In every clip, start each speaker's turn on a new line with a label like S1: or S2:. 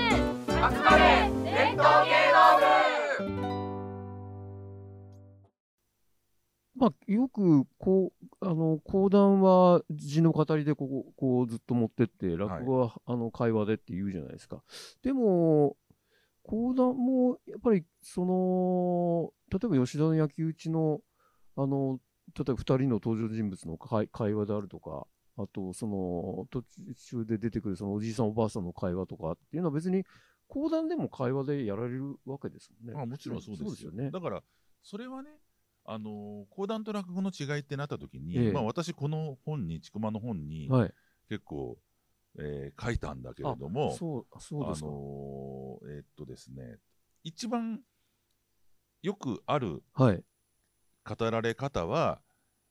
S1: 集まれ伝統芸能部
S2: まあ、よく、こう、あの、講談は字の語りでここ、こうずっと持ってって、落語は、あの、会話でって言うじゃないですか。でも、講談も、やっぱり、その、例えば吉田の焼き打ちの、あの、例えば二人の登場人物の会会話であるとか、あと、その、途中で出てくる、そのおじいさんおばあさんの会話とかっていうのは別に、講談でも会話でやられるわけですもんね。
S3: まあ、もちろんそうですよ
S2: そうですよね
S3: だからそれはねあのー講談と落語の違いってなった時に、
S2: ええ
S3: まあ、私この本にちくまの本に
S2: はい。
S3: 結構、えー書いたんだけれども
S2: そう、そう
S3: あ
S2: ですか。
S3: のーえーっとですね一番よくある
S2: はい。
S3: 語られ方は、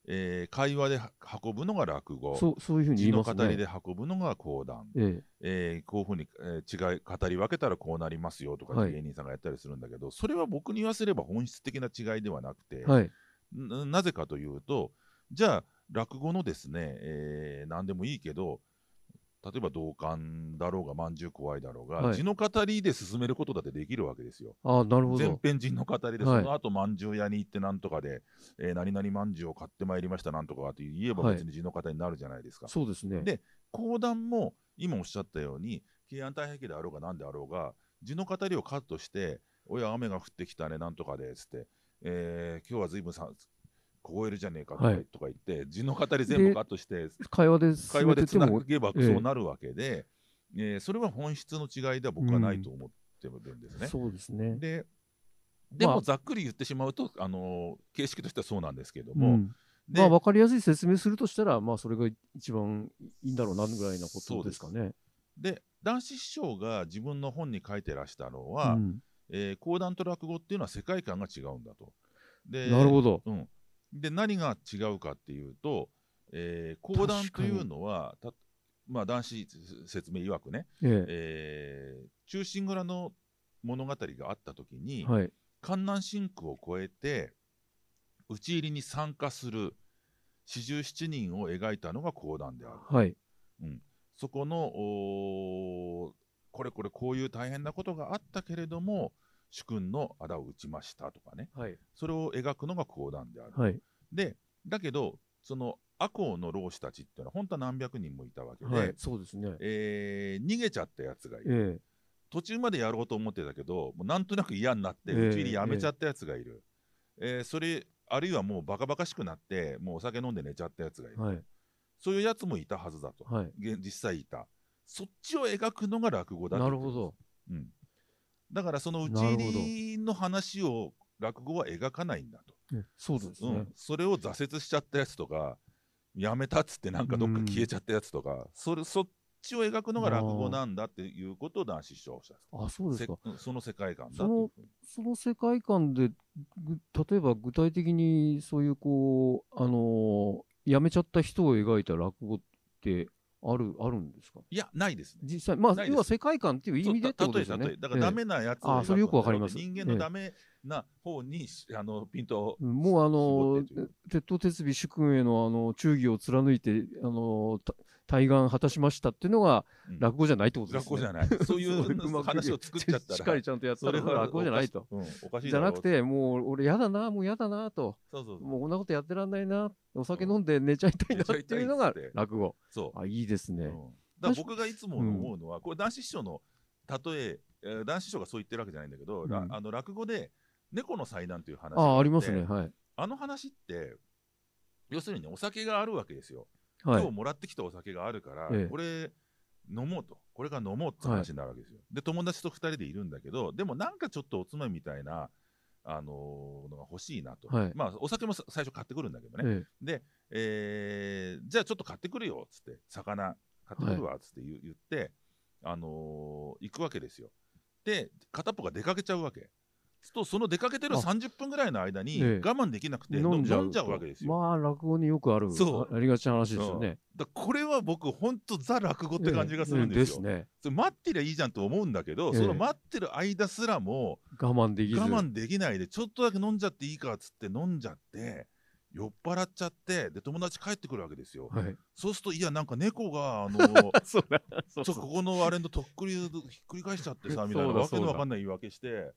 S3: えー会話では運ぶのが落語
S2: そう、そういうふうに言
S3: 字
S2: い
S3: の
S2: ますね。
S3: 語りで運ぶのが講談、
S2: ええ。
S3: えーこういうふうに、えー違い語り分けたらこうなりますよとかっ
S2: は
S3: て
S2: い
S3: 芸人さんがやったりするんだけど、それは僕に言わせれば本質的な違いではなくて、
S2: はい。
S3: ななぜかというとじゃあ落語のですね、えー何でもいいけど例えば同感だろうがまんじゅう怖いだろうが、
S2: はい
S3: 字の語りで進めることだってできるわけですよ。
S2: ああ、なるほ
S3: 前
S2: ど。
S3: 編人の語りで、
S2: はい
S3: その後まんじゅう屋に行ってなんとかで、えー何々まんじゅうを買ってまいりましたなんとかって言えば
S2: はい
S3: 別に字の語りになるじゃないですか。
S2: そうですね。
S3: で講談も今おっしゃったように慶安太平記であろうが何であろうが字の語りをカットして「おや雨が降ってきたねなんとかで」つって、えー今日は随分さ凍えるじゃねえか」とか,、
S2: はい
S3: とか言って字の語り全部
S2: で
S3: カットして
S2: 会話で進
S3: 会
S2: め
S3: 話
S2: て
S3: で
S2: って
S3: つな
S2: も、
S3: げば
S2: ええ
S3: そうなるわけで、えーそれは本質の違いでは僕はないと思ってるんですね。
S2: そうですね。
S3: でで
S2: ま
S3: も
S2: あ
S3: ざっくり言ってしまうと、あのー形式としてはそうなんですけど
S2: う
S3: も、
S2: ん
S3: で
S2: まあ、わかりやすい説明するとしたら、まあ、それが一番いいんだろうな、ぐらいなこ
S3: そ
S2: と
S3: うで
S2: ですすかね。
S3: で男子師匠が自分の本に書いてらしたの
S2: う
S3: は、
S2: ん
S3: えー講談と落語っていうのは世界観が違うんだと。で
S2: なるほど。
S3: うん、で何が違うかっていうと、えー講談というのはた、まあ、男子説明曰くね、
S2: え
S3: えー中心蔵の物語があった時
S2: え。
S3: に、
S2: はい。
S3: 関南神区を越えて討ち入りに参加する四十七人を描いたのが講談である。
S2: はい。
S3: そこのおーこれこれこういう大変なことがあったけれども主君の仇を打ちましたとかね
S2: はい。
S3: それを描くのが講談である。
S2: はい。
S3: でだけどその赤穂の浪士たちっていうのは本当は何百人もいたわけで、
S2: はい。そうですね。
S3: えー逃げちゃったやつがいる
S2: ええ。
S3: 途中までやろうと思ってたけどもうなんとなく嫌になって
S2: ええ
S3: 打ち入りやめちゃったやつがいる、えーそれあるいはもうバカバカしくなってもうお酒飲んで寝ちゃったやつがいる、
S2: はい。
S3: そういうやつもいたはずだと。
S2: はい。
S3: 現実際いたそっちを描くのが落語だって
S2: な
S3: 言
S2: る
S3: ってま
S2: ほ
S3: す
S2: ど。
S3: うん、だからその打ち
S2: なるほど
S3: 入りの話を落語は描かないんだと
S2: ええそうです
S3: う
S2: ね
S3: ん。、それを挫折しちゃったやつとかやめたっつってなんかどっか消えちゃったやつとか、それそっちを描くのが落語なんだっていうことを男子師匠はおっしゃって
S2: あ、そうで
S3: た
S2: すか。
S3: せうんその世界観だ
S2: その
S3: という
S2: その世界観で、ぐ例えば具体的にそういうこう、あのー辞めちゃった人を描いた落語ってある、あるんですか
S3: いやないですね
S2: 実際、ま
S3: な
S2: あ、
S3: いです
S2: 要は世界観っていう意味でって
S3: そう
S2: ことですよ
S3: 例
S2: ね。
S3: え例えだからダメなやつを描く
S2: あそれよくわかります
S3: 人間のダメな方に、あのピントを
S2: ええもうあ
S3: 絞
S2: の
S3: ってという
S2: ー、鉄頭鉄尾主君へのあの、忠義を貫いて、あのー、た対岸果たしましたっていうのが
S3: うん
S2: 落語じゃないってことで
S3: 学
S2: すね。
S3: 校じゃない。 そうい
S2: そううま
S3: う
S2: く
S3: 話を作っちゃっ
S2: したっからり、ちゃんとやったら落語じゃないと。
S3: うん。おかしい
S2: じ
S3: だ
S2: ゃ
S3: ろう
S2: なく、て、もう俺やだな、もうやだなと、
S3: そうそうそう
S2: もうこんなことやってらんないな、お酒飲んで寝ちゃいたいなっていうのが落語。
S3: そう。
S2: あ、いいです
S3: う
S2: ね。
S3: んだから僕がいつも思うのは、これ男子師匠の例え、えー男子師匠がそう言ってるわけじゃないんだけど、ら
S2: うん
S3: あの落語で猫の祭壇という話が
S2: あ、
S3: って
S2: ありますね。。はい。
S3: あの話って、要するにお酒があるわけですよ。
S2: はい
S3: 今日。もらってきたお酒があるから、
S2: ええ
S3: これ飲もうとこれから飲もうって話になるわけですよ、で友達と2人でいるんだけどでもなんかちょっとおつまみみたいな、あのーのが欲しいなと、
S2: はい
S3: まあお酒もさ最初買ってくるんだけどね、
S2: ええ
S3: えーじゃあちょっと買ってくるよっつって魚買ってくるわっつって言,、言って、あのー行くわけですよで片っぽが出かけちゃうわけするとその出かけてる
S2: あ
S3: 30分ぐらいの間に
S2: ええ
S3: 我慢できなくて飲んじゃうわけですよ、
S2: まあ、落語によくある、
S3: そう
S2: あありがちな話ですよね。
S3: だからこれは僕ほんとザ落語って感じがするんですよ、
S2: ええええですね。
S3: それ待ってりゃいいじゃんと思うんだけど、
S2: ええ
S3: その待ってる間すらも
S2: 我慢できず。
S3: 我慢できないでちょっとだけ飲んじゃっていいかっつって飲んじゃって酔っ払っちゃってで友達帰ってくるわけですよ、
S2: はい。
S3: そうするといやなんか猫が あの
S2: そうだ。そ
S3: そうここのあれのとっくりひっくり返しちゃってさみたいな
S2: そうだ
S3: わけの
S2: そう
S3: わ
S2: だ
S3: かんない言い訳して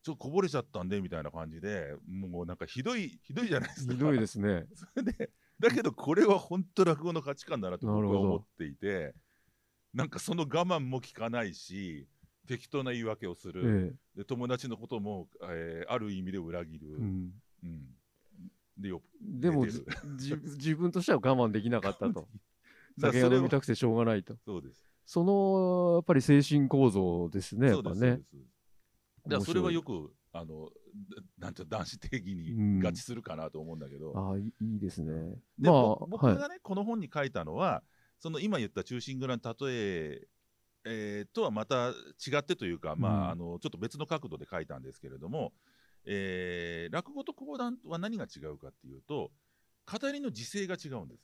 S3: ちょっとこぼれちゃったんでみたいな感じでもうなんかひどいひどいじゃないですか
S2: ひどいですね。
S3: でだけどこれは本当落語の価値観だなと僕
S2: なる
S3: は
S2: ほど
S3: 思っていてなんかその我慢も効かないし適当な言い訳をす
S2: ええ
S3: る、で友達のことも、えーある意味で裏切る、
S2: うん。
S3: うんでよ
S2: でも
S3: 寝て
S2: じ
S3: る
S2: じ自分としては我慢できなかったと。
S3: だから
S2: 酒
S3: そ
S2: が
S3: れ
S2: 飲み
S3: は
S2: たくてしょうがないと。
S3: そうです
S2: そのやっぱり精神構造ですね、やっ
S3: そうで
S2: ぱ
S3: す
S2: ね。
S3: そうですだからそれはよ
S2: く。
S3: くあのななんていうの男子定義
S2: うん
S3: に合致するかなと思うんだけど、
S2: ああ、いいいいですね。
S3: で
S2: まあ、
S3: ぼ僕
S2: は
S3: が
S2: い
S3: ね、。この本に書いたのはその今言った「忠臣蔵」の例ええーとはまた違ってというか、まあ
S2: うん
S3: あのちょっと別の角度で書いたんですけれども、えー落語と講談は何が違うかっていうと語りの時勢が違うんです。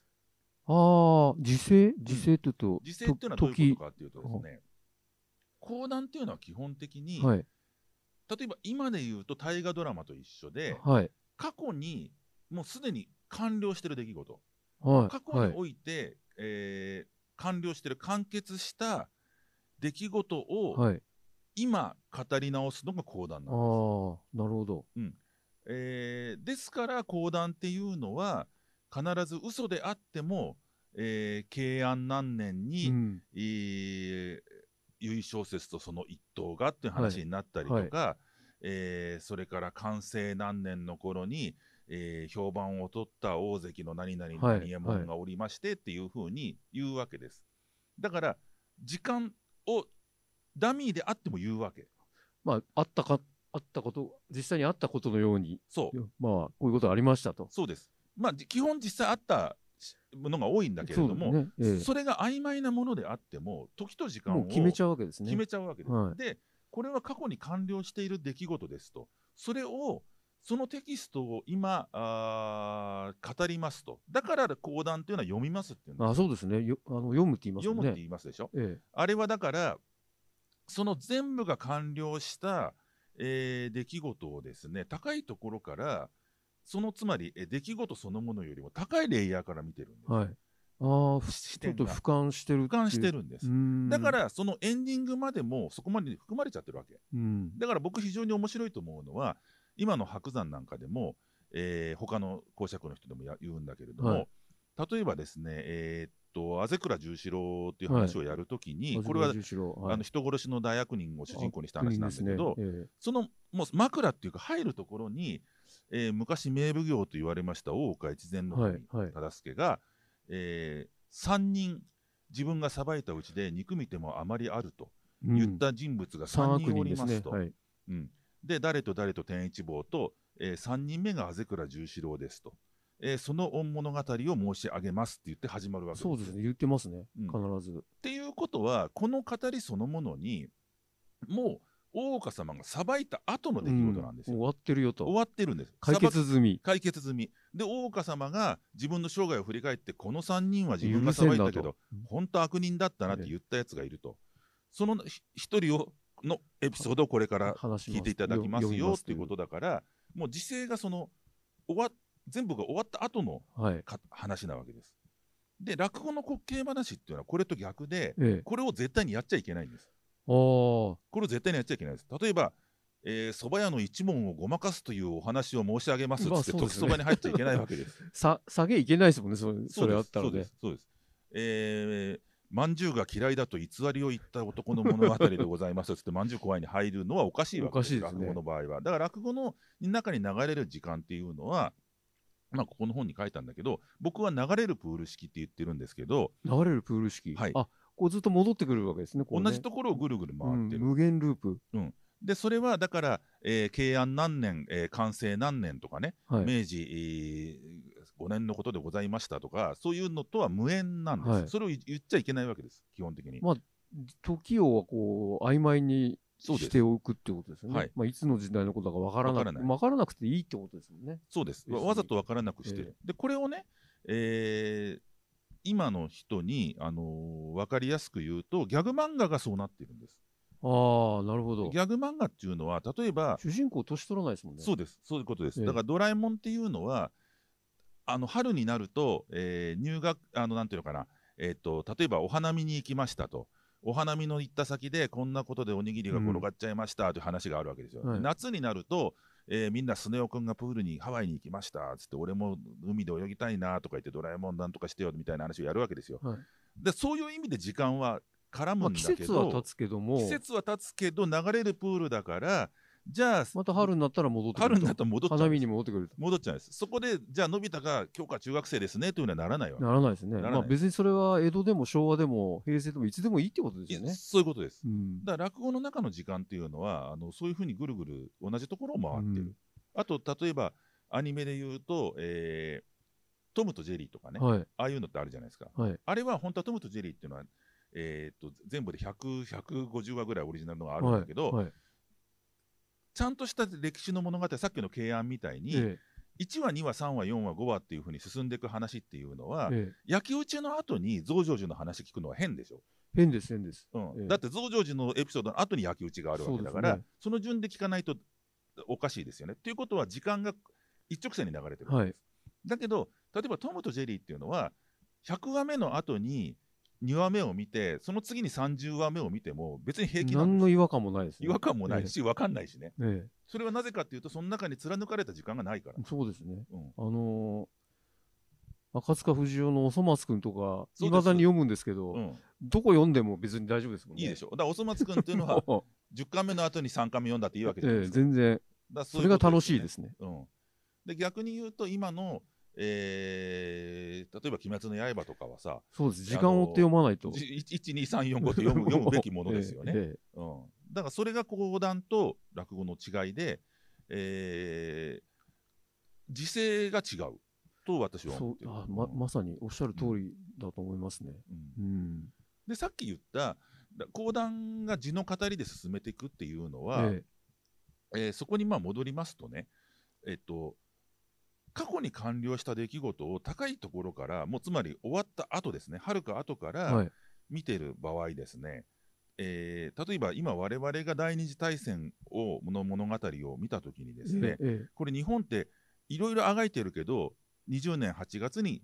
S2: ああ、時勢時勢って言うと、
S3: 時勢っていうのはどういうことかっていうとですね講談っていうのは基本的に、
S2: 時はい。
S3: 例えば今で言うと大河ドラマと一緒で
S2: はい。
S3: 過去にもうすでに完了してる出来事過
S2: はい。
S3: 去
S2: は
S3: に
S2: い。
S3: おいて、えー完了してる完結した出来事を
S2: はい。
S3: 今語り直すのが講談
S2: ああ
S3: なんです。、
S2: なるほど。
S3: えーですから講談っていうのは必ず嘘であっても、えー慶安何年に、
S2: うん。
S3: えー由井小説とその一頭がっていう話になったりとか、えーそれから寛政何年の頃に、えー評判を取った大関の何々の
S2: はい
S3: 右衛門がおりましてっていうふうに言うわけです。だから時間をダミーであっても言うわけ。
S2: まあ、あったか、あったこと、実際にあったことのように、
S3: そう
S2: まあ、こういうことありましたと。
S3: そうです。まあじ基本実際あったしものが多いんだけれ
S2: そう
S3: ど
S2: です
S3: もそ,、
S2: ね。ええ
S3: れが曖昧なものであっても時と時間
S2: も
S3: を
S2: う決めちゃうわけですね。
S3: 決めちゃうわけです。
S2: はい
S3: で、これは過去に完了している出来事ですと、それを、そのテキストを今、あー語りますと、だから講談というのは読みますっていうんです
S2: あそうですね。よあの読むって言います
S3: 読
S2: もん
S3: む
S2: ね。
S3: って言いますでしょ。
S2: ええ、
S3: あれはだから、その全部が完了した、えー出来事をですね、高いところから、そのつまり、えー出来事そのものよりも高いレイヤーから見てるんです。
S2: はい。ああ、ふ
S3: 視
S2: ちょっ
S3: 点
S2: と
S3: が
S2: 俯瞰してる
S3: 俯瞰して
S2: る。
S3: るんです
S2: う。ん
S3: だか、ら、そのエンディングまでもそこまでに含まれちゃってるわけ。
S2: うん、
S3: だから僕非常に面白いと思うのは今の白山なんかでも、えー他の講釈の人でもや言うんだけれども、
S2: はい
S3: 例えばですねえーっとあぜ倉十四郎っていう話をやるときに、これは、
S2: 小島純一郎
S3: あの人殺しの大悪人を主人公にした
S2: はい
S3: 話なんだけど、
S2: 国ですねええ
S3: そのもう枕っていうか入るところに、えー昔名奉行と言われました大岡越前の
S2: はい
S3: 神
S2: はい
S3: 忠相が、え3人自分が裁いたうちで憎みてもあまりあると
S2: うん
S3: 言った人物が
S2: 三
S3: 3
S2: 悪
S3: 人お
S2: 人
S3: り
S2: で
S3: ますす
S2: ね。
S3: と。
S2: はい。
S3: うん、で誰と誰と天一坊と、え3人目があぜ倉十四郎ですと、えーその恩物語を申し上げますって言って始まるわけ
S2: そうですね。言ってますね。
S3: うん
S2: 必ず。
S3: っていうことはこの語りそのものにもう大岡様が裁いた後の出来事なんです
S2: う
S3: よ、
S2: もう終わってるよ
S3: 終
S2: と。
S3: わってるんです
S2: 解
S3: 裁
S2: 決済み。
S3: 解決済みで大岡様が自分の生涯を振り返ってこの3人は自分が裁いたけど
S2: うん
S3: 本当悪人だったなって言ったやつがいるとその1人をのエピソードをこれから
S2: 話します
S3: 聞いていただきます
S2: 読み
S3: よっていうこ
S2: と
S3: とだから、もう時勢がその終わ全部が終わった後の
S2: いう。はい。
S3: か話なわけです。で、落語の滑稽話っていうのはこれと逆で、
S2: ええ。
S3: これを絶対にやっちゃいけないんです。
S2: あ
S3: これを絶対にやっちゃいけないです。例えば、えー、蕎麦屋の一問をごまかすというお話を申し上げますっつ
S2: まあ
S3: って、
S2: そう
S3: 時
S2: です
S3: そ
S2: ね
S3: ばに入っちゃいけないわけです。
S2: あ、さ下げいけないですもんね。それそれあった
S3: そ
S2: ら
S3: うで
S2: ね。
S3: す。そうです。えーまんじゅうが嫌いだと偽りを言った男の物語でございます っつってまんじゅう怖いに入るのはおかしいわけで
S2: おか
S3: す
S2: しいですね
S3: 落語の場合はだから落語の中に流れる時間っていうのは、まあ、ここの本に書いたんだけど僕は流れるプール式って言ってるんですけど
S2: 流れるプール式。
S3: はい
S2: あ、こうずっと戻ってくるわけですね。こうね
S3: 同じところをぐるぐる回
S2: うん
S3: ってる、
S2: 無限ループ。
S3: でそれはだから、えー慶安何年、えー寛政何年とかね、
S2: はい。
S3: 明治、え5年のことでございましたとかそういうのとは無縁なんです、
S2: はい
S3: それを言っちゃいけないわけです基本的に。
S2: 時をはこう曖昧に
S3: そうです
S2: しておくってことですよね。
S3: はい
S2: まあいつの時代のことだかわからな
S3: わ
S2: く
S3: からない
S2: わからなくていいってことですもんね。
S3: そうです。わ
S2: 別に
S3: わざと分からなくして
S2: え
S3: る。で、これをね、えー今の人に、あの分かりやすく言うと、ギャグ漫画がそうなってるんです。
S2: ああ、なるほど
S3: ギ。ャグ漫画っていうのは、例えば、
S2: 主人公年取らないですもんね。
S3: そうです、そういうことです。
S2: ええ
S3: だから、ドラえもんっていうのは、あの春になると、えー入学あのなんていうのかな、えっと例えばお花見に行きましたと。お花見の行った先でこんなことでおにぎりが転がっちゃいましたという話があるわけですよ。
S2: はい
S3: 夏になると、えーみんなスネ夫君がプールにハワイに行きましたつって俺も海で泳ぎたいなとか言ってドラえもんなんとかしてよみたいな話をやるわけですよ。
S2: はい
S3: でそういう意味で時間は絡
S2: ま
S3: む
S2: あ、
S3: んだ
S2: 季
S3: け
S2: 節
S3: ど、
S2: は経つけども
S3: 季節は経つけど流れるプールだからじゃあ
S2: また春になったら戻ってくる
S3: 春になったら戻っちゃ
S2: 花
S3: うんで
S2: 見
S3: す
S2: に戻ってくると
S3: 戻っちゃうんですそこでじゃあのび太が今日から中学生ですねというのはならないわけ
S2: ならないですね
S3: ならない
S2: まあ、別にそれは江戸でも昭和でも平成でもいつでもいいってことですよ
S3: いや
S2: ね、
S3: そういうことです
S2: うん、
S3: だから落語の中の時間っていうのはあのそういうふうにぐるぐる同じところを回ってる、あと例えばアニメで言うと、えートムとジェリー」とかね、
S2: はい
S3: ああいうのってあるじゃないですか
S2: はい
S3: あれは本当はトムとジェリーっていうのは、えー、と全部で100 150話ぐらいオリジナルのがあるんだけど、
S2: はいはい
S3: ちゃんとした歴史の物語さっきの慶安みたいに、
S2: え
S3: 1話2話3話4話5話っていうふうに進んでいく話っていうのは
S2: え、ええ
S3: 野球中の後に増上寺の話聞くのは変でしょ、
S2: 変です変です
S3: うん
S2: ええ
S3: だって増上寺のエピソードの後に野球打があるわけだから
S2: そ
S3: そ,、
S2: うです
S3: の順で聞かないとおかしいですよねということは時間が一直線に流れてる、
S2: はい
S3: だけど例えば「トムとジェリー」っていうのは100話目の後に2話目を見てその次に30話目を見ても別に平気なん
S2: 何
S3: です
S2: の違和感もないですね
S3: 違和感もないし分かんないしね
S2: ええ
S3: それはなぜかっていうとその中に貫かれた時間がないから、
S2: そうですね
S3: うん、
S2: あのー赤塚不二夫のおそ松くんとか
S3: そうです
S2: いまだに読むんですけど、
S3: うん
S2: どこ読んでも別に大丈夫ですもんね
S3: いいでしょだからおそ松くんってい うのは10巻目の後に3巻目読んだっていいわけじゃない
S2: え
S3: で
S2: え
S3: すか。
S2: 全然
S3: だから
S2: それが楽しいですすね
S3: よね。うん、で逆に言うと今の、えー例えば「鬼滅の刃」とかはさ
S2: そうです時間を追って読まないと
S3: 12345って読む読むべきものですよね。
S2: ええええ
S3: うん、だからそれが講談と落語の違いで、えー時勢が違うと私は
S2: そ
S3: 思
S2: う
S3: ってる。
S2: あままさにおっしゃる通りだと思いますね。
S3: うん
S2: うん
S3: でさっき言っただ講談が字の語りで進めていくっていうのは、
S2: え
S3: えーそこにまあ戻りますとね、えっと、過去に完了した出来事を高いところから、もうつまり終わった後ですね、はるか後か
S2: えは
S3: ら
S2: い、
S3: 見てる場合ですね、えー例えば今、我々が第二次大戦をの物語を見たときにですね、
S2: ええ
S3: これ、日本っていろいろあがいてるけど、20年8月に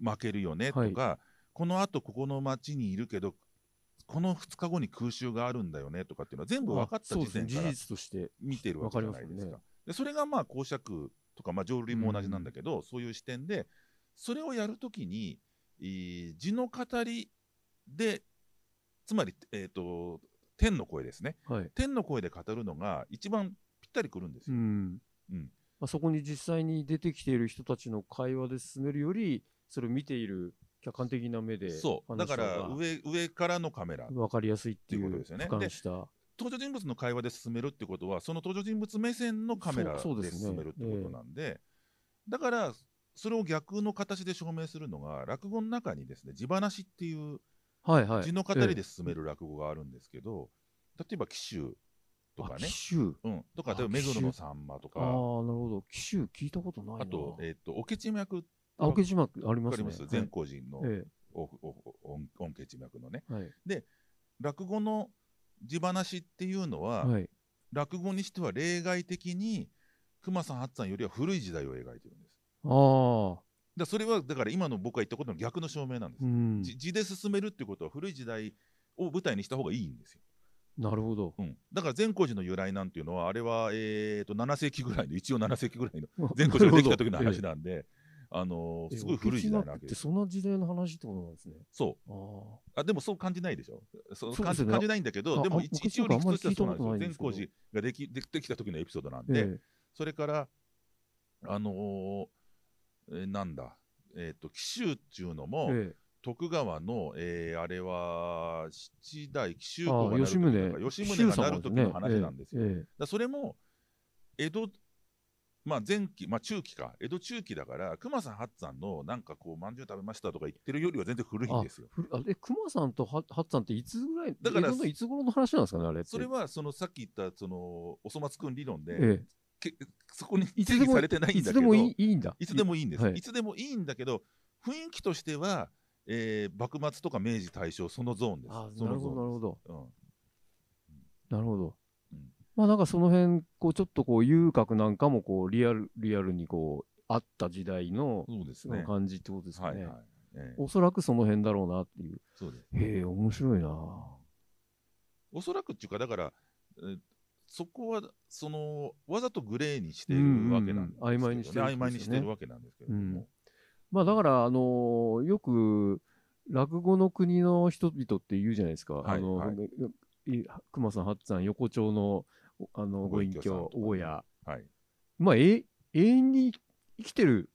S3: 負けるよねとか、このあとここの町にいるけど、この2日後に空襲があるんだよねとかっていうのは全部分かった
S2: そうで
S3: 時
S2: すね
S3: 点か
S2: 事
S3: ら
S2: 実として、
S3: 見てるわけじゃないですか。
S2: わかりますね
S3: でそれがまあ公爵とか、まあ、浄瑠璃も同じなんだけど、そういう視点でそれをやるときに、えー字の語りでつまり、えー、と天の声ですね
S2: はい
S3: 天の声で語るのが一番ぴったりくるんです
S2: う
S3: よ。
S2: ん
S3: うん
S2: まあ、そこに実際に出てきている人たちの会話で進めるよりそれを見ている客観的な目で
S3: そう
S2: 話
S3: だ
S2: し
S3: か
S2: た
S3: ら
S2: 方が
S3: 上上からのカメラ
S2: 分かりやすいってい
S3: っていうこと
S2: う
S3: ですよね
S2: 俯瞰した。
S3: 登場人物の会話で進めるってことはその登場人物目線のカメラで
S2: そうそうですね
S3: 進めるってことなんでだからそれを逆の形で証明するのが落語の中にですね地話っていう
S2: はいはい。
S3: 字の語り
S2: え
S3: で進める落語があるんですけど、例えば紀州
S2: え
S3: とか
S2: あ
S3: ね
S2: 紀、州。
S3: うん、とか例えば
S2: あ
S3: 目
S2: 紀州
S3: 黒のさんまと
S2: ああ、
S3: か
S2: なる
S3: あ
S2: ほど。紀州聞いたことないな。
S3: と,、えっとおけち脈って
S2: あ、青木島あり
S3: わ
S2: ま
S3: か
S2: す
S3: り
S2: ね
S3: ま。す善光寺の
S2: はいえ
S3: おおお音音けち脈のね
S2: えはい。
S3: 落語の地話っていうのは、
S2: はい。
S3: 落語にしては例外的に熊さん八さんよりは古い時代を描いてるんです
S2: ああ。
S3: だそれはだから今の僕が言ったことの逆の証明なんです、
S2: うん。
S3: じ字で進めるってことは古い時代を舞台にした方がいいんですよ
S2: なるほど。
S3: うん、だから善光寺の由来なんていうのは、あれは、えー、と7世紀ぐらいの、一応7世紀ぐらいの善光寺ができた時の話なんで、あのーすごい古い時代なわけ
S2: っ
S3: で
S2: て
S3: す。
S2: そんな時代の話ってことなんですね。
S3: そう
S2: ああ。
S3: あでもそう感じないでしょ、そう
S2: そうで
S3: 感
S2: す
S3: じ
S2: よね
S3: 感じないんだけど、
S2: あ
S3: でも
S2: あ
S3: 一
S2: 僕
S3: 一応理屈としてはそう
S2: な
S3: なん
S2: ん
S3: で
S2: かあんまり聞
S3: す
S2: いたことないんです
S3: よ、善光
S2: け
S3: 寺ができでできた時のエピソードなん
S2: え
S3: で、
S2: え
S3: それから、あのーえーなんだ、えーと、紀州っていうのも、
S2: え
S3: 徳川の、えーあれは七代紀州公
S2: あ
S3: がな
S2: あ
S3: る
S2: 吉宗
S3: 時吉
S2: え。
S3: 宗がなる時の話なんですよ。
S2: よ。え
S3: だからそれも江戸、まあ、前期、まあ、中期か江戸中期だから熊さん八さんのなんかこうまんじゅう食べましたとか言ってるよりは全然古いんですよ。
S2: え。あえ、熊さんとハッさんっていつぐらい、
S3: だから
S2: 江戸のいつ頃の話なんですかね、あれって。
S3: それはそのさっき言ったそのおそ松くん理論で、
S2: え
S3: けそこに
S2: え、い
S3: 定
S2: つ
S3: 義
S2: でも
S3: されてないん
S2: い
S3: だ
S2: つで
S3: けど
S2: もいいいいんだ。
S3: いつでもいいんです、
S2: はい
S3: い、つでもいいんだけど雰囲気としては、えー幕末とか明治大正そのゾーンです。
S2: ああ
S3: そ
S2: な
S3: の
S2: る
S3: ゾ
S2: ほど、なるほど。な
S3: ーンですうん
S2: るほど。
S3: うん
S2: まあなんかその辺こうちょっとこう遊郭なんかもこうリアルリアルにこうあった時代の
S3: そうです
S2: その
S3: ね。
S2: 感じってことですか
S3: はい
S2: ね。
S3: はい。ええ
S2: おそらくその辺だろうなっていう。
S3: そうです。
S2: へえ、面白いな。
S3: おそらくっていうか、だから、えーそこは、その、わざとグレーにしてい
S2: うんうんうん
S3: るわけなんですけどね
S2: 曖昧にしてる
S3: 曖昧にして
S2: そうですよ
S3: る
S2: ね
S3: わけなんですけれども。
S2: まあだから、あのーよく落語の国の人々って言うじゃないですか。
S3: はい
S2: あの
S3: はい
S2: い熊さん、八さん、横丁のおあのご
S3: ご
S2: 隠
S3: 隠居さん
S2: 居
S3: と、かね
S2: 大家。
S3: はい。
S2: まあ、え永遠に生きてる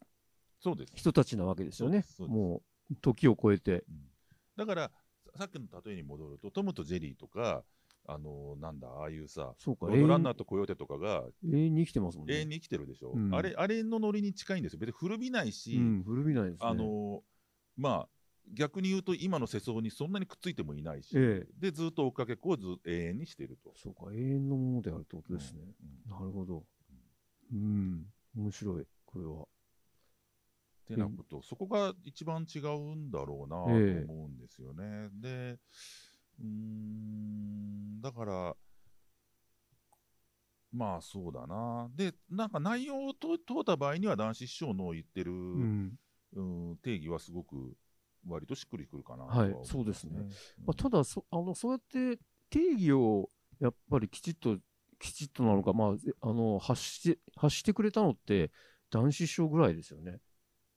S3: そうです。
S2: 人たちなわけですよね。
S3: そうですそうです
S2: もう時を超えて。
S3: だから、ささっきの例えに戻ると、トムとジェリーとか、あのーなんだ、ああいうさ、
S2: そうか、
S3: ロ
S2: 永
S3: ードランナー
S2: 遠
S3: とコヨーテとかが
S2: 永遠に生きてますもんね。
S3: 永遠に生きてるでしょ、
S2: うん
S3: あれあれのノリに近いんですよ別に古びないし、
S2: うん、古びないですね。
S3: あのーまあ逆に言うと今の世相にそんなにくっついてもいないし、
S2: ええ。
S3: でずっと追っかけっこをず永遠にしていると、
S2: そうか、永遠のものであるってことですね。
S3: うんっ
S2: なるほど。うん、面白い、これは。
S3: てなこと、そこが一番違うんだろうなと
S2: ええ
S3: 思うんですよね、でうーんだからまあそうだなでなんか内容を問問うた場合には男子師匠の言ってる、
S2: うん。
S3: うん、定義はすごく割としっくりくるかな
S2: はい
S3: と思
S2: そうですね
S3: ん
S2: まあ、ただそあのそうやって定義をやっぱりきちっときちっとなのか、まあ、えあの発して発してくれたのって男子師匠ぐらいですよね。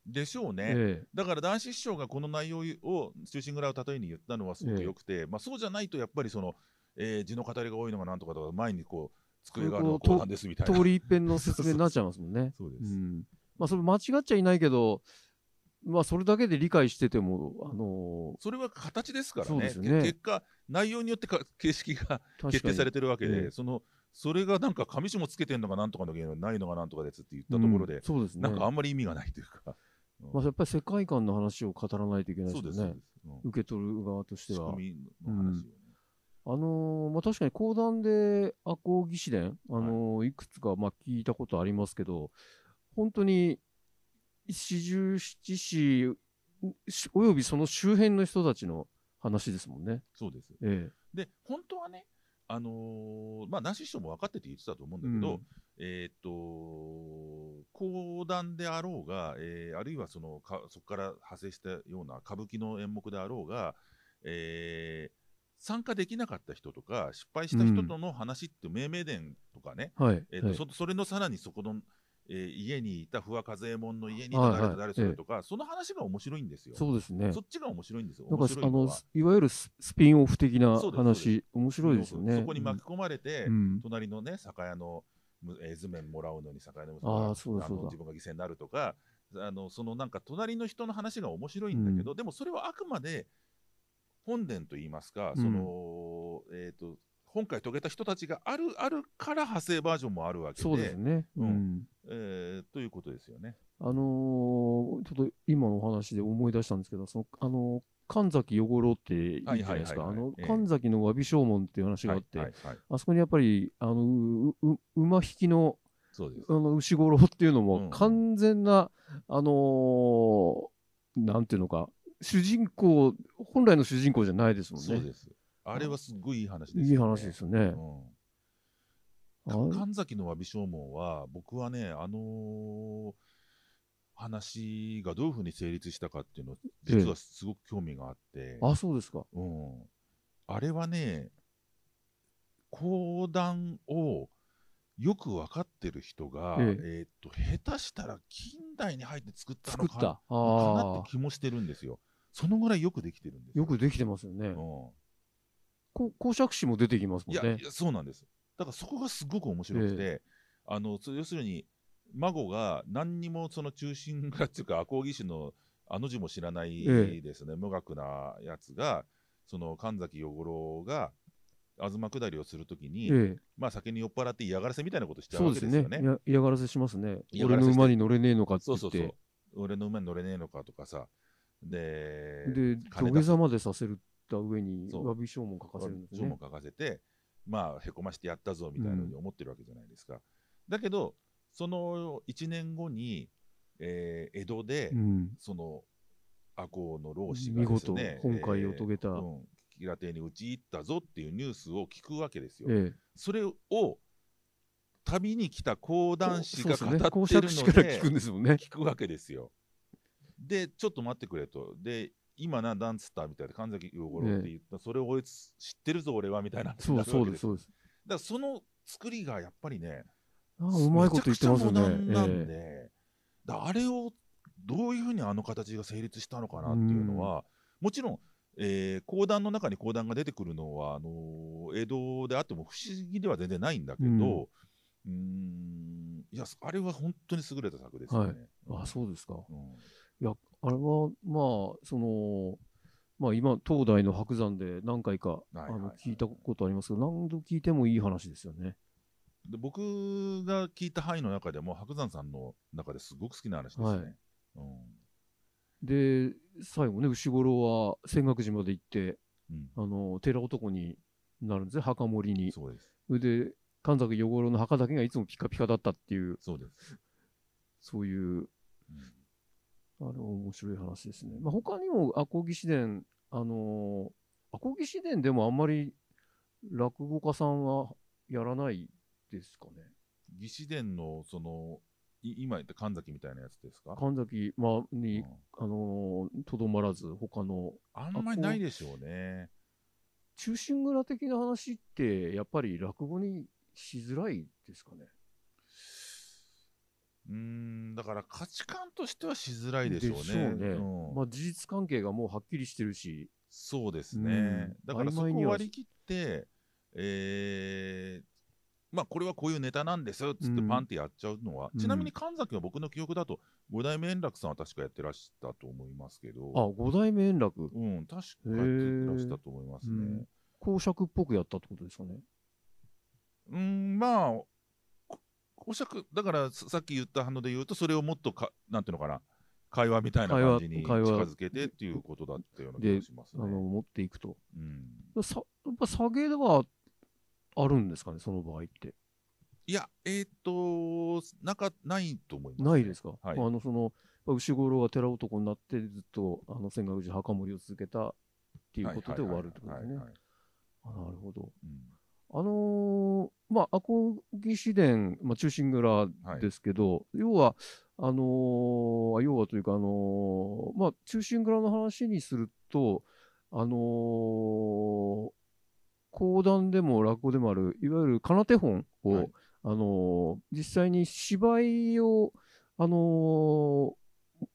S3: でしょうね、
S2: え
S3: だから男子師匠がこの内容を「忠臣蔵」を例えに言ったのはすごくよくて、まあ、そうじゃないとやっぱりその、えー字の語りが多いのがなんとかとか前にこう机があるのがこうなんですみた
S2: え、
S3: いな
S2: 通り一遍の説明になっちゃいますもんね。
S3: そうで
S2: う
S3: す、
S2: んまあ、それ間違っちゃいないけど、まあ、それだけで理解してても、あの
S3: それは形ですから
S2: そうで
S3: ね
S2: すよね
S3: け結果内容によってか形式が
S2: ー確
S3: 決
S2: か
S3: 定
S2: に
S3: されてるわけで、
S2: ええ
S3: そのそれがなんか上下つけてんのがなんとかの芸能ないのがなんとかですって言ったところで、
S2: うんそうですね。
S3: なんかあんまり意味がないというか、うん
S2: まあ、やっぱり世界観の話を語らないといけないで
S3: そう
S2: すよ
S3: で
S2: ね。
S3: すそうです、うん
S2: 受け取る側として
S3: 仕
S2: は。
S3: 組みの話をね、
S2: あのーまあ、確かに講談で赤穂義士伝、あのーい、くつかまあ聞いたことありますけど、本当に四十七士しおよびその周辺の人たちの話ですもんね。
S3: そうです。
S2: え
S3: で、本当はね、あのーまあ、男子師匠も分かってて言ってたと思うん
S2: え
S3: だけど、えーっと、講談であろうが、えーあるいはそのかそこから派生したような歌舞伎の演目であろうが、えー参加できなかった人とか、失敗した人との話って命名伝とかね、
S2: うんはい、
S3: えーっと
S2: はい
S3: そそれのさらにそこの、えー家にいた不破和右衛門の家に
S2: はい
S3: 誰
S2: はい
S3: と誰それとか、その話が面白いんですよ。
S2: そうですね。
S3: そっちが面白いんですよ。
S2: なんか
S3: 面
S2: す
S3: 白
S2: あ
S3: いの
S2: の
S3: は
S2: すいわゆるススピンオフ的な
S3: そうですそう
S2: 話、面白いですよね。
S3: そこに巻き込まれて、
S2: うんうん
S3: 隣のね、酒屋のむえー図面もらうのに酒屋の
S2: あー
S3: が
S2: そうだ
S3: あ
S2: そうだ
S3: の自分が犠牲になるとか、あのそのなんか隣の人の話が面白いんだけど、でもそれはあくまで本殿といいますか、
S2: うん
S3: その、えっ、と、本会遂げた人たちがあるあるから派生バージョンもあるわけで、
S2: そうですね。
S3: うん
S2: うん
S3: えーということですよね。
S2: あのーちょっと今のお話で思い出したんですけど、その、あのー神崎汚郎っていいじゃないですか。
S3: は
S2: あ
S3: いはいはいはい
S2: の
S3: え、え
S2: 神崎の詫び正門っていう話があ
S3: は
S2: っ
S3: い
S2: て、
S3: はいはい
S2: あそこにやっぱり、あの、ううう馬引きの、
S3: そうです
S2: あ。の、牛五郎っていうの
S3: うんう
S2: も、
S3: ん
S2: 完全な、あのーなんていうのか、主人公、本来の主人公じゃないですもん
S3: そう
S2: ね。
S3: です。あれはすっごいいい話です、
S2: いい話ですよね
S3: う。ん
S2: あ
S3: 神崎の詫び正門は僕はねあのー話がどういうふうに成立したかっていうの実はすごく興味があって、
S2: あ、そうですか。
S3: うん、あれはね講談をよく分かってる人が、
S2: え
S3: えーっと下手したら近代に入って作った
S2: 作
S3: の
S2: っ
S3: か
S2: た。あ
S3: かなっ
S2: あ
S3: て。気もしてるんですよそのぐらいよくできてるんです
S2: よくできてますよね
S3: う。ん
S2: こ公爵士も出てきますもん
S3: いや、
S2: ね
S3: い。やそうなんです。だからそこがすごく面白くて、
S2: え
S3: あのそう要するに孫が何にもその中心がっていうか赤穂義士のあの字も知らない
S2: え
S3: ですね、無学なやつがその神崎与五郎が東下りをするときに、
S2: ええ。
S3: まあ酒に酔っ払って嫌がらせみたいなことしちゃう
S2: そう
S3: わ
S2: で
S3: け
S2: す
S3: ですよ
S2: ね
S3: ね。。
S2: いや嫌がらせしますね。
S3: 嫌が
S2: 俺
S3: ら
S2: の
S3: せして
S2: 馬に乗れねえのかって
S3: そ
S2: 言
S3: う
S2: って。
S3: そうそう。俺の馬に乗れねえのかとかさ。で、
S2: で、土
S3: 金
S2: 下
S3: 出せ
S2: 座までさせるった上に、
S3: そう
S2: 詫び証文書かせるんです
S3: 書
S2: ね
S3: も。書かせて、まあ、へこましてやったぞみたいなふうに思ってるわけじゃないですか。だけど、その1年後に、えー江戸で、
S2: うん。
S3: その赤穂の老子が
S2: 見
S3: です
S2: 事
S3: ね、、
S2: 本会を遂げた。
S3: えーうん、平邸に討ち入ったぞっていうニュースを聞くわけですよ。
S2: ええ
S3: それを旅に来た講談師
S2: そう
S3: が
S2: す
S3: 語
S2: ね
S3: ってる
S2: 講
S3: の
S2: 釈師から
S3: で
S2: 聞くんですもんね。
S3: 聞くわけですよ。でちょっと待ってくれと。で今ななんつったみたいな神崎魚五郎って言った、それを俺知ってるぞ俺はみたいな
S2: そうそうです
S3: だか
S2: そうです。
S3: らその作りがやっぱりね
S2: あーうまいこと言ってますよね。
S3: めちゃくちゃモダンなんで
S2: え、
S3: だあれをどういうふうにあの形が成立したのかなっていうのは、もちろん、えー、講談の中に講談が出てくるのはあのー江戸であっても不思議では全然ないんだけど、うーん、いやあれは本当に優れた作ですよね。
S2: えあそうですか。
S3: うん
S2: いやあれはまあそのまあ今東大の白山で何回か、
S3: はいはい
S2: あの聞いたことありますけど何度聞いてもいい話ですよね。
S3: で僕が聞いた範囲の中でも白山さんの中ですごく好きな話ですね。
S2: はい
S3: うん
S2: で最後ね牛五郎は泉岳寺まで行って
S3: うん
S2: あの寺男になるんですね墓守に。
S3: そうです
S2: それで神崎与五郎の墓だけがいつもピカピカだったっていう
S3: そうです、
S2: そういう
S3: うん
S2: あの面白い話ですね。まあ、他にも、アコギ紙伝、あのー、アコギ紙伝でもあんまり落語家さんはやらないですかね。
S3: 義士伝のそのい今言った神崎みたいなやつですか、
S2: 神崎、まあ、
S3: う
S2: に
S3: ん、
S2: あのーとどまらず、他の、
S3: あんまりないでしょうね。
S2: 中心蔵的な話って、やっぱり落語にしづらいですかね。
S3: うーんだから価値観としてはしづらいでしょうね。
S2: でしょうね
S3: うん
S2: まあ、事実関係がもうはっきりしてるし、
S3: そうですね、
S2: うん
S3: だからそ
S2: 曖昧
S3: こ
S2: に
S3: を
S2: は
S3: 割り切って、えーまあ、これはこういうネタなんですよっつって
S2: うん
S3: パンってやっちゃうのは、
S2: うん
S3: ちなみに神崎は僕の記憶だと五代目円楽さんは確かやってらしたと思いますけ
S2: あ、
S3: ど、
S2: 五代目円楽、
S3: うん、確かやってらしたと思います
S2: へー
S3: ね。
S2: 公爵っぽくやったってことですかね。
S3: うん、まあこお釈だからささっき言った反応で言うとそれをもっとかなんていうのかな会話みたいな
S2: 会話
S3: 感じに近
S2: 会話
S3: づけてっていうことだったような気がします
S2: あの、
S3: ね。
S2: 持っていくと。
S3: うん
S2: さやっぱ下げはあるんですかね、その場合って。
S3: いや、えーっ、となか、ないと思います、
S2: ないですか、
S3: はい
S2: あのその牛五郎が寺男になって、ずっとあの仙岳寺墓守りを続けたっていうことで終わるってことですね
S3: はいはいはい。はい
S2: あなるほど。
S3: うん
S2: あのーまあ、アコギ市伝、まあ、中心蔵
S3: はい
S2: ですけど、要は、あのーあ要はというか、あのーまあ、中心蔵の話にすると、あのー講談でも落語でもある、いわゆる空手本を、
S3: はい
S2: あのー実際に芝居を、あのー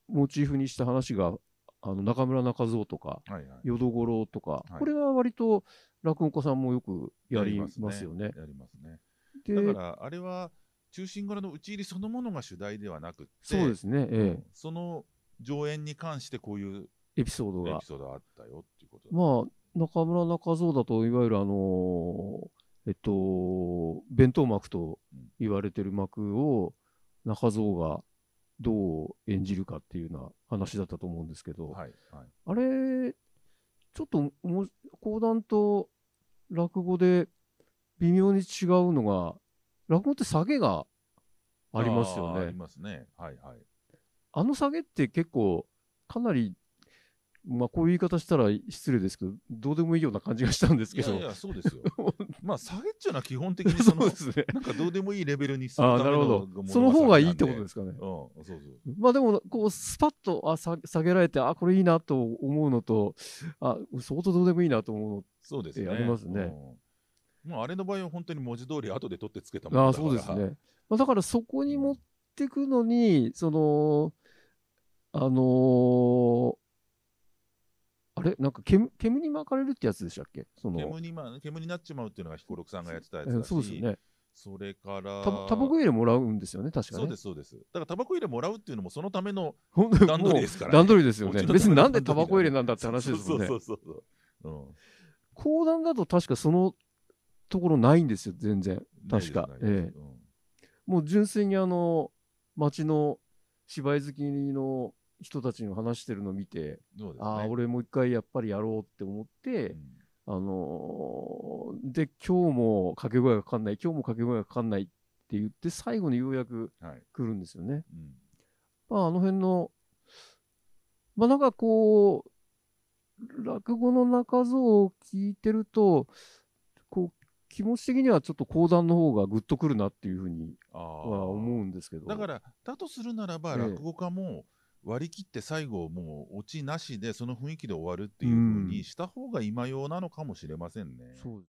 S2: モチーフにした話が、あの中村中蔵とか、
S3: はいはい
S2: 淀五郎とか、
S3: はい
S2: これは割と落語家さんもよくやります
S3: や
S2: よね。
S3: やりますね。
S2: で
S3: だから、あれは、中心蔵の打ち入りそのものが主題ではなくて、
S2: そうですね、ええ
S3: その上演に関してこういう
S2: エピソード
S3: エ
S2: が
S3: ピ。ソードがあったよっていうことだ
S2: まあ、中村中蔵だといわゆるあのーえっと、弁当幕と言われてる幕を中蔵がどう演じるかっていうような話だったと思うんですけど、
S3: はいはい
S2: あれ、ちょっともう講談と落語で微妙に違うのが、落語って下げがありますよ
S3: あーあ
S2: ね
S3: り。ますね。はいはい。
S2: あの下げって結構、かなり、まあこういう言い方したら失礼ですけど、どうでもいいような感じがしたんです
S3: い
S2: け
S3: や
S2: ど、
S3: いや、そうですよ。 まあ、下げっちゅうのは基本的にそ
S2: そう
S3: の
S2: で、すね。
S3: なんかどうでもいいレベルにする
S2: あ
S3: た
S2: あ、
S3: め
S2: な
S3: の
S2: るほど
S3: もの。が。
S2: その方がいいってことですすかね
S3: うん、。そうそう。
S2: まあでも、こう、スパッとあ下下げられて、あ、これいいなと思うのと、あ、相当どうでもいいなと思うの
S3: そうです
S2: え
S3: ね。
S2: ありますね
S3: うん。まあ、あれの場合は本当に文字通り後で取ってつけたも
S2: あ
S3: の
S2: あ
S3: だか
S2: そ
S3: ら。
S2: うですね。まあ、だからそこに持ってくのに、その、あのーあれなんか煙煙に巻かれるってやつでしたっけその
S3: 煙にまあ煙になっちまうっていうのが彦六さんがやってたや
S2: え
S3: つだし、
S2: そうですよね。
S3: それから
S2: タバタバコ入れもらうんですよね、確かね。
S3: そうですそうです。だからタバコ入れもらうっていうのもそのための
S2: 本当に
S3: 段取りですからね
S2: もう段取りですよ
S3: こっ
S2: ね
S3: ち。の
S2: 別になんでタ
S3: 段取りだ
S2: バコ入れなんだって話ですもんね
S3: そ。うそうそうそう。
S2: 講談だと確かそのところないんですよ、全然。
S3: うん、
S2: 確か
S3: ないですないで
S2: え
S3: すうん
S2: もう純粋にあの、街の芝居好きの人たちの話してるのを見て、
S3: そうですね。
S2: ああ、俺もう一回やっぱりやろうって思って、
S3: うん
S2: あのーで、今日も掛け声がかかんない、今日も掛け声がかかんないって言って、最後にようやく
S3: はい。
S2: 来るんですよね。
S3: うん
S2: まあ、あの辺の、まあ、なんかこう、落語の中像を聞いてると、こう、気持ち的にはちょっと講談の方がグッとくるなっていうふうに
S3: あ
S2: は思
S3: ー
S2: うんですけど。
S3: だからだとするならば
S2: ええ
S3: 落語家も割り切って最後もうオチなしでその雰囲気で終わるっていう風
S2: う
S3: に
S2: ん
S3: した方が今用なのかもしれませんね。
S2: そう